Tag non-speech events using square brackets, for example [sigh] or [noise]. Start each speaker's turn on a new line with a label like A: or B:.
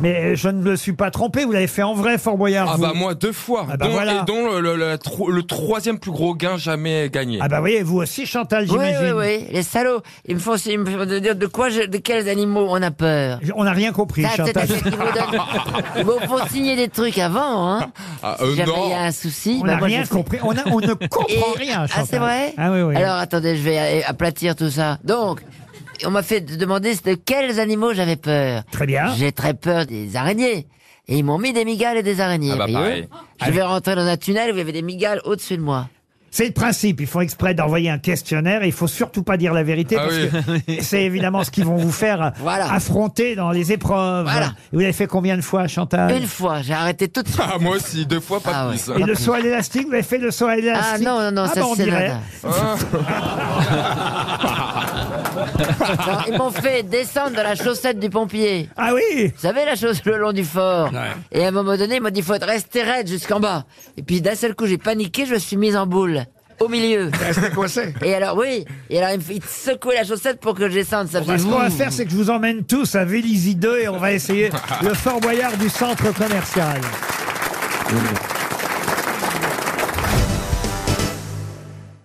A: Mais je ne me suis pas trompé, vous l'avez fait en vrai, Fort Boyard.
B: Ah
A: vous.
B: bah moi deux fois,
A: Ah bah
B: dont,
A: voilà.
B: et dont le, le- le tro- le troisième plus gros gain jamais gagné.
A: Ah bah oui, et vous aussi, Chantal,
C: Oui, oui,
A: j'imagine.
C: oui, les salauds. Ils me font, ils me font dire de quoi, je- de quels animaux on a peur.
A: On n'a rien compris,
C: Ça, c'est-
A: Chantal.
C: c'est- Ils vous
A: [laughs]
C: donnent- ils vous font signer des trucs avant, hein.
B: Ah,
C: Si
B: euh,
C: jamais
B: non.
C: il y a un souci,
A: On
C: bah
A: n'a
C: moi, je
A: rien
C: sais.
A: compris. On, a- on
C: [laughs]
A: ne
C: Et-
A: comprend rien, Chantal.
C: Ah, c'est vrai
A: Ah oui, oui.
C: Alors, attendez, je vais euh, aplatir tout ça. Donc, on m'a fait demander de quels animaux j'avais peur.
A: Très bien.
C: J'ai très peur des araignées. Et ils m'ont mis des migales et des araignées.
B: Ah bah, pareil.
C: voyez-vous. je vais rentrer dans un tunnel où il y avait des migales au-dessus de moi.
A: C'est le principe. Ils font exprès d'envoyer un questionnaire. Il faut surtout pas dire la vérité
B: Ah
A: parce que c'est évidemment ce qu'ils vont vous faire
C: [laughs] Voilà.
A: affronter dans les épreuves.
C: Voilà.
A: Et vous l'avez fait combien de fois, Chantal
C: Une fois, j'ai arrêté tout de suite.
B: Ah, moi aussi, deux fois pas
C: Ah ouais.
B: plus.
A: bah Et le saut à l'élastique, vous avez fait le saut à
C: Ah
A: l'élastique
C: non, non, non,
A: Ah
C: ça
A: bah, on
C: c'est
A: dirait.
C: nada.
B: Hein
C: Non, Ils m'ont fait descendre dans la chaussette du pompier.
A: Ah oui
C: Vous savez la chose le long du fort Et à un moment donné, il m'a dit faut rester raide jusqu'en bas. Et puis d'un seul coup, j'ai paniqué, je me suis mise en boule. Au milieu. Et alors, oui. Et alors, il me fait- il secouait la chaussette pour que je descende. Ça
A: Bah,
C: faisait
A: ce qu'on va
C: vroom.
A: faire, c'est que je vous emmène tous à Vélizy 2 et on va essayer le Fort Boyard du centre commercial.